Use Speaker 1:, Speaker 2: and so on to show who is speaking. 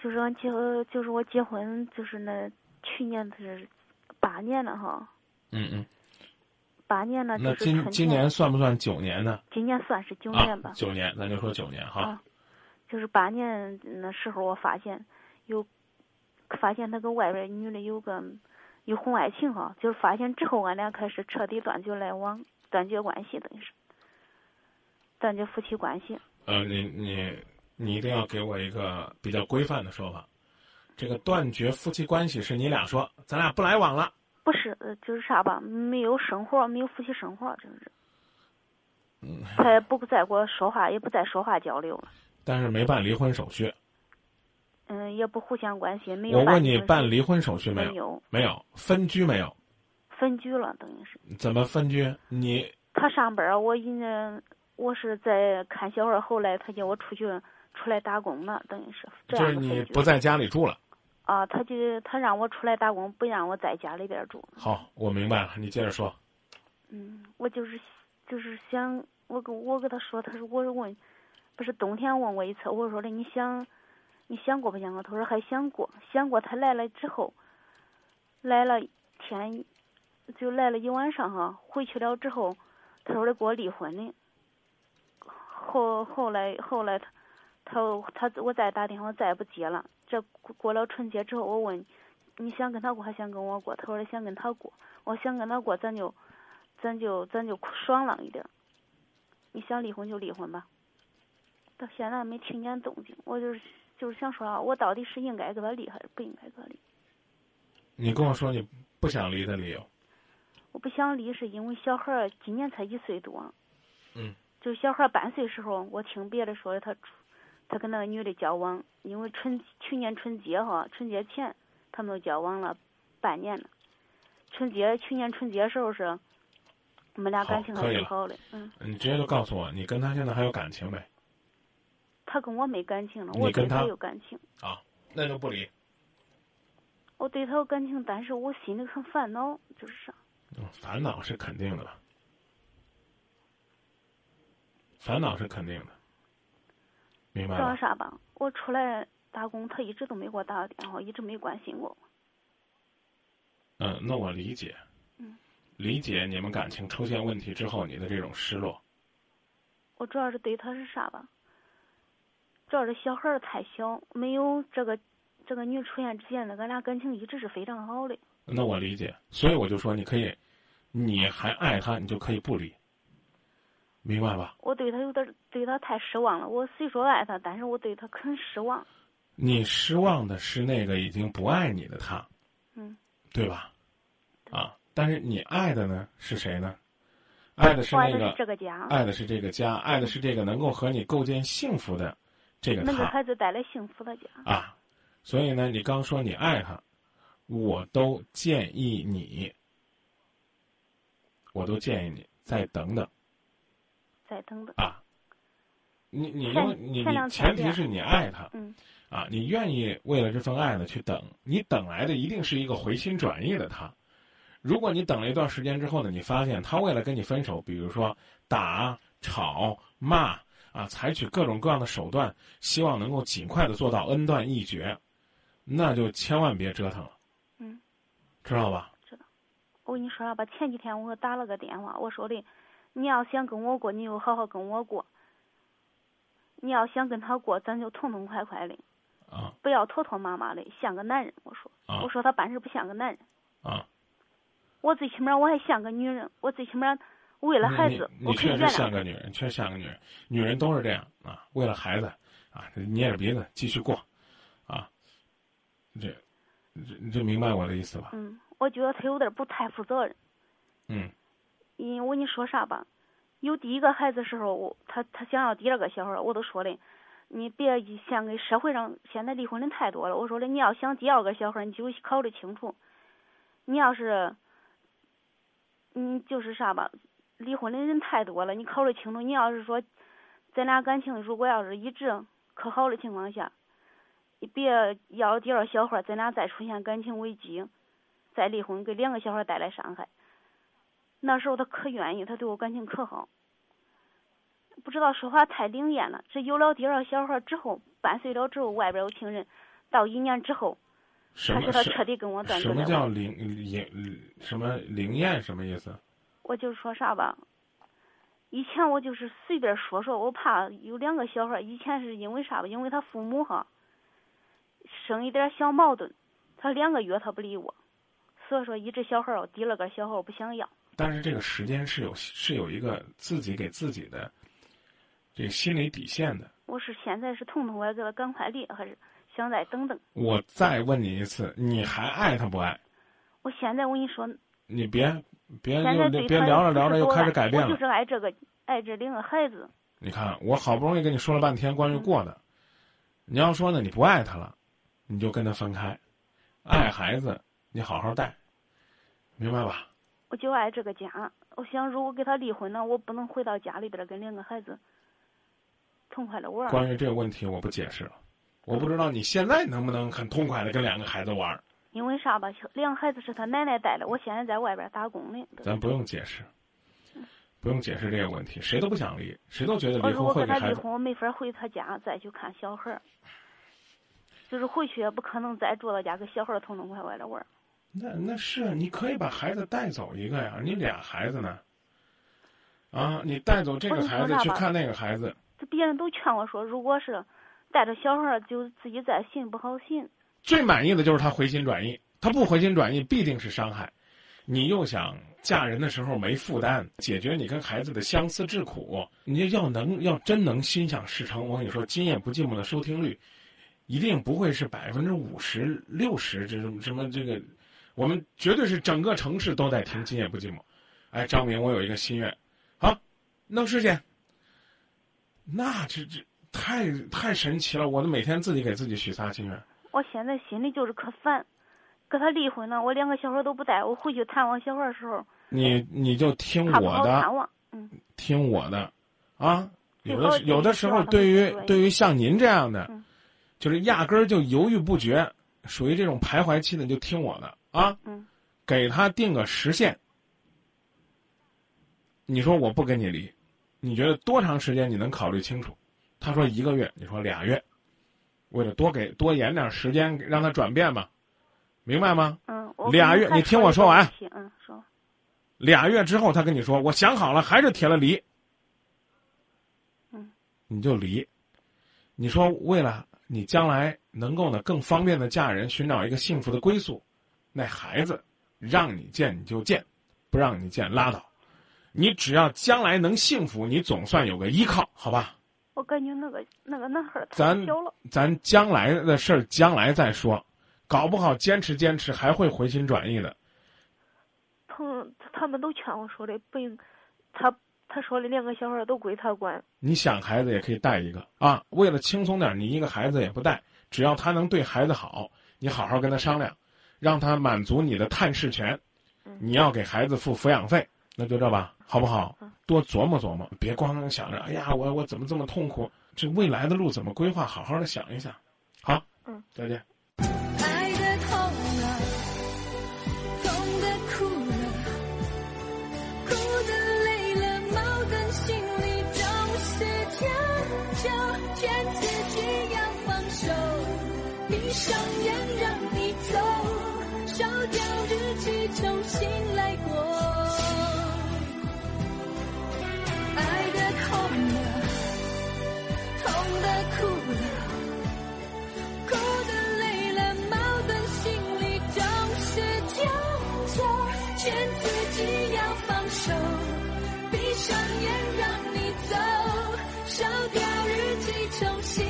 Speaker 1: 就是俺结婚，就是我结婚，就是那去年是八年了哈，
Speaker 2: 嗯嗯，
Speaker 1: 八年了，就
Speaker 2: 那
Speaker 1: 是
Speaker 2: 今
Speaker 1: 春
Speaker 2: 今
Speaker 1: 天
Speaker 2: 年算不算九年呢？
Speaker 1: 今年算是九
Speaker 2: 啊
Speaker 1: 年吧，，
Speaker 2: 九年，咱就说九年哈
Speaker 1: 啊。就是八年那时候我发现有，发现他跟外边女的有个有婚外情哈，就是发现之后俺俩开始彻底断绝来往，断绝关系等于是，断绝夫妻关系。
Speaker 2: 呃，你你你一定要给我一个比较规范的说法。这个断绝夫妻关系是你俩说，咱俩不来往了。
Speaker 1: 不是，呃就是啥吧，没有生活，没有夫妻生活，就是。
Speaker 2: 嗯
Speaker 1: 他也不再跟我说话，也不再说话交流了，
Speaker 2: 但是没办离婚手续。
Speaker 1: 嗯，也不互相关心，没有
Speaker 2: 我
Speaker 1: 办。
Speaker 2: 问你，办离婚手续没
Speaker 1: 没
Speaker 2: 有？
Speaker 1: 有
Speaker 2: 没有，分居没有？
Speaker 1: 分居了，等于是
Speaker 2: 怎么分居？你
Speaker 1: 他上班儿，我一年我是在看小孩儿，后来他叫我出去出来打工了，等于是这
Speaker 2: 就
Speaker 1: 样
Speaker 2: 是
Speaker 1: 的分
Speaker 2: 你
Speaker 1: 居
Speaker 2: 不在家里住了。
Speaker 1: 啊，他就他让我出来打工，不让我在家里边儿住，
Speaker 2: 好，我明白了，你接着说。
Speaker 1: 嗯，我就是就是想，我跟我跟他说，他说我是问，不是冬天问我一次，我说的你想，你想过不想过？他说还想过，想过。他来了之后，来了一天，就来了一晚上哈、回去了之后，他说的给我离婚的。后后来后来他他他我再打电话再也不接了。这过了春节之后，我问你想跟他过还想跟我过？他说的想跟他过。我想跟他过，咱就咱就咱就爽朗一点儿。你想离婚就离婚吧。到现在没听见动静，我就是就是想说啊，我到底是应该跟他离还是不应该跟他离？
Speaker 2: 你跟我说你不想离的理由。
Speaker 1: 我不想离是因为小孩儿今年才一岁多，
Speaker 2: 嗯，
Speaker 1: 就是小孩儿半岁时候，我听别人说他出他跟那个女的交往，因为春去年春节哈，春节前他们都交往了半年了。春节去年春节时候是，我们俩
Speaker 2: 好
Speaker 1: 感情还
Speaker 2: 可以
Speaker 1: 挺
Speaker 2: 了
Speaker 1: 好的，嗯。
Speaker 2: 你直接就告诉我，你跟他现在还有感情没？
Speaker 1: 他跟我没感情了，
Speaker 2: 你
Speaker 1: 我
Speaker 2: 跟
Speaker 1: 对
Speaker 2: 他
Speaker 1: 他有感情，
Speaker 2: 啊，那就不离。
Speaker 1: 我对他有感情，但是我心里很烦恼，就是啥，
Speaker 2: 嗯烦恼是肯定的，烦恼是肯定的，明白
Speaker 1: 知道
Speaker 2: 吗？
Speaker 1: 啥吧？我出来打工，他一直都没给我打过电话，一直没关心我。
Speaker 2: 嗯，那我理解，
Speaker 1: 嗯
Speaker 2: 理解你们感情出现问题之后你的这种失落。
Speaker 1: 我主要是对他是啥吧？主要是小孩儿太小，没有这个这个女出现之前，咱俩感情一直是非常好的。
Speaker 2: 那我理解，所以我就说你可以，你还爱他，你就可以不离，明白吧？
Speaker 1: 我对他有点对他太失望了。我虽说爱他，但是我对他很失望。
Speaker 2: 你失望的是那个已经不爱你的他，
Speaker 1: 嗯，
Speaker 2: 对吧？啊，但是你爱的呢是谁呢？爱的是
Speaker 1: 我爱
Speaker 2: 那
Speaker 1: 的
Speaker 2: 个
Speaker 1: 是这个家，
Speaker 2: 爱的是这个家，爱的是这个能够和你构建幸福的这个
Speaker 1: 能给
Speaker 2: 他
Speaker 1: 孩子带来幸福的家。
Speaker 2: 啊。所以呢，你刚说你爱他，我都建议你，我都建议你再等等
Speaker 1: 再等等，
Speaker 2: 啊。你你
Speaker 1: 前
Speaker 2: 因为你
Speaker 1: 前
Speaker 2: 你
Speaker 1: 两
Speaker 2: 前
Speaker 1: 天
Speaker 2: 提
Speaker 1: 这
Speaker 2: 是你爱他
Speaker 1: 嗯，
Speaker 2: 啊，你愿意为了这份爱呢去等，你等来的一定是一个回心转意的他。如果你等了一段时间之后呢，你发现他为了跟你分手，比如说打、吵、骂啊，采取各种各样的手段，希望能够尽快的做到恩断义绝，那就千万别折腾了。
Speaker 1: 嗯，
Speaker 2: 知道吧？
Speaker 1: 我跟你说啥吧，前几天我给他打了个电话，我说的，你要想跟我过，你就好好跟我过；你要想跟他过，咱就痛痛快快的，
Speaker 2: 啊
Speaker 1: 不要拖拖麻麻的，像个男人。我说，
Speaker 2: 啊
Speaker 1: 我说他办事不像个男人，
Speaker 2: 啊！
Speaker 1: 我最起码我还像个女人，我最起码为了孩
Speaker 2: 你
Speaker 1: 子，
Speaker 2: 你
Speaker 1: 我
Speaker 2: 你
Speaker 1: 可以
Speaker 2: 确
Speaker 1: 原
Speaker 2: 实像
Speaker 1: 谅。
Speaker 2: 个女人，确实像个女人。女人都是这样啊，为了孩子啊，捏着鼻子继续过，啊，这这你这明白我的意思吧？
Speaker 1: 嗯，我觉得他有点不太负责任。
Speaker 2: 嗯
Speaker 1: 因为我跟你说啥吧，有第一个孩子时候，我他他想要第二个小孩儿，我都说的，你别一想给社会上现在离婚的太多了，我说的你要想第二个小孩儿，你就考虑清楚，你要是，嗯，就是啥吧，离婚的人太多了，你考虑清楚，你要是说，咱俩感情如果要是一致可好的情况下，你别要第二小孩儿，咱俩再出现感情危机，再离婚给两个小孩儿带来伤害。那时候他可愿意，他对我感情可好，不知道说话太灵验了。这有了第二个小孩之后，伴随了之后，外边有情人，到一年之后，
Speaker 2: 什
Speaker 1: 他
Speaker 2: 么
Speaker 1: 说他
Speaker 2: 什
Speaker 1: 彻底跟我断绝
Speaker 2: 什么
Speaker 1: 了。
Speaker 2: 叫灵灵什么灵验什么意思？
Speaker 1: 我就说啥吧，以前我就是随便说说，我怕有两个小孩儿。以前是因为啥吧？因为他父母哈，生一点小矛盾，他两个月他不理我，所以说一只小孩儿我提了个小孩儿我不想要。
Speaker 2: 但是这个时间是有是有一个自己给自己的这个心理底线的。
Speaker 1: 我是现在是痛痛，我要给他赶快离，还是想再等等？
Speaker 2: 我再问你一次，你还爱他不爱？
Speaker 1: 我现在我跟你说，
Speaker 2: 你别别
Speaker 1: 现在
Speaker 2: 又
Speaker 1: 对
Speaker 2: 别
Speaker 1: 他
Speaker 2: 聊
Speaker 1: 不
Speaker 2: 着
Speaker 1: 是
Speaker 2: 聊着又
Speaker 1: 多
Speaker 2: 开始
Speaker 1: 爱
Speaker 2: 改变
Speaker 1: 我就
Speaker 2: 了。
Speaker 1: 是爱这个爱这两个孩子，
Speaker 2: 你看，我好不容易跟你说了半天关于
Speaker 1: 嗯
Speaker 2: 过的，你要说呢，你不爱他了，你就跟他分开。爱孩子，你好好带，明白吧？
Speaker 1: 我就爱这个家。我想如果跟他离婚呢，我不能回到家里边儿跟两个孩子痛快的玩儿。
Speaker 2: 关于这个问题，我不解释了。我不知道你现在能不能很痛快的跟两个孩子玩儿，
Speaker 1: 因为啥吧，小两个孩子是他奶奶带的，我现在在外边打工呢。
Speaker 2: 咱不用解释，不用解释这个问题，谁都不想离，谁都觉得
Speaker 1: 我
Speaker 2: 离
Speaker 1: 哦如
Speaker 2: 婚
Speaker 1: 果跟
Speaker 2: 会给
Speaker 1: 他
Speaker 2: 孩
Speaker 1: 离
Speaker 2: 子。
Speaker 1: 婚，我没法回他家再去看小孩儿，就是回去也不可能再住到家跟小孩儿痛痛快快的玩儿。
Speaker 2: 那那是啊你可以把孩子带走一个呀，你俩孩子呢？啊，你带走这
Speaker 1: 我
Speaker 2: 个
Speaker 1: 就
Speaker 2: 孩子
Speaker 1: 说
Speaker 2: 去
Speaker 1: 那吧
Speaker 2: 看那个孩子，
Speaker 1: 这别人都劝我说，如果是带着小孩儿，就自己再寻不好寻。
Speaker 2: 最满意的就是他回心转意，他不回心转意必定是伤害。你又想嫁人的时候没负担，解决你跟孩子的相思之苦，你要能要真能心想事成，我跟你说，《今夜不寂寞》的收听率一定不会是百分之五十、六十，这什么什么这个，我们绝对是整个城市都在听《今夜不寂寞》。哎，张明，我有一个心愿，好，弄事情。那这这太太神奇了，我都每天自己给自己许仨心愿。
Speaker 1: 我现在心里就是可烦，跟他离婚了，我两个小孩儿都不带，我回去探望小孩儿的时候，
Speaker 2: 你你就听
Speaker 1: 他不
Speaker 2: 我
Speaker 1: 好
Speaker 2: 的，
Speaker 1: 探望。嗯，
Speaker 2: 听我的，啊，有的
Speaker 1: 最后
Speaker 2: 有的时
Speaker 1: 就是希
Speaker 2: 候，
Speaker 1: 望他们
Speaker 2: 对于
Speaker 1: 不追
Speaker 2: 对于像您这样的
Speaker 1: 嗯，
Speaker 2: 就是压根儿就犹豫不决，属于这种徘徊期的，你就听我的啊，
Speaker 1: 嗯，
Speaker 2: 给他定个时限。你说我不跟你离，你觉得多长时间你能考虑清楚？他说一个月，你说俩月，为了多给多延点时间，让他转变嘛，明白吗？
Speaker 1: 嗯，我
Speaker 2: 俩
Speaker 1: 跟
Speaker 2: 月
Speaker 1: 还
Speaker 2: 你听我
Speaker 1: 一
Speaker 2: 说
Speaker 1: 个
Speaker 2: 完
Speaker 1: 问题。嗯，说。
Speaker 2: 俩月之后，他跟你说：“我想好了，还是铁了离。”
Speaker 1: 嗯，
Speaker 2: 你就离。你说为了你将来能够呢更方便的嫁人，寻找一个幸福的归宿，那孩子让你见你就见，不让你见拉倒。你只要将来能幸福，你总算有个依靠，好吧？
Speaker 1: 我感觉那个那个男孩儿太
Speaker 2: 咱
Speaker 1: 小了，
Speaker 2: 咱将来的事儿将来再说，搞不好坚持坚持还会回心转意的。
Speaker 1: 朋他们都劝我说的，不应，他他说的两个小孩儿都归他管，
Speaker 2: 你想孩子也可以带一个啊，为了轻松点儿，你一个孩子也不带，只要他能对孩子好，你好好跟他商量，让他满足你的探视权
Speaker 1: 嗯。
Speaker 2: 你要给孩子付抚养费，那就这吧，好不好
Speaker 1: 嗯？
Speaker 2: 多琢磨琢磨，别光想着哎呀，我我怎么这么痛苦？这未来的路怎么规划？好好的想一想。好，
Speaker 1: 嗯，
Speaker 2: 再见。
Speaker 3: 爱的痛了，痛的哭了，哭的累了，矛盾心里总是强求，劝自己要放手，闭上眼让你走，烧掉日记，重新来过。爱的痛了，痛的哭啊了。哭的累了，矛盾心里总是纠结，劝自己要放手，闭上眼让你走，烧掉日记，重新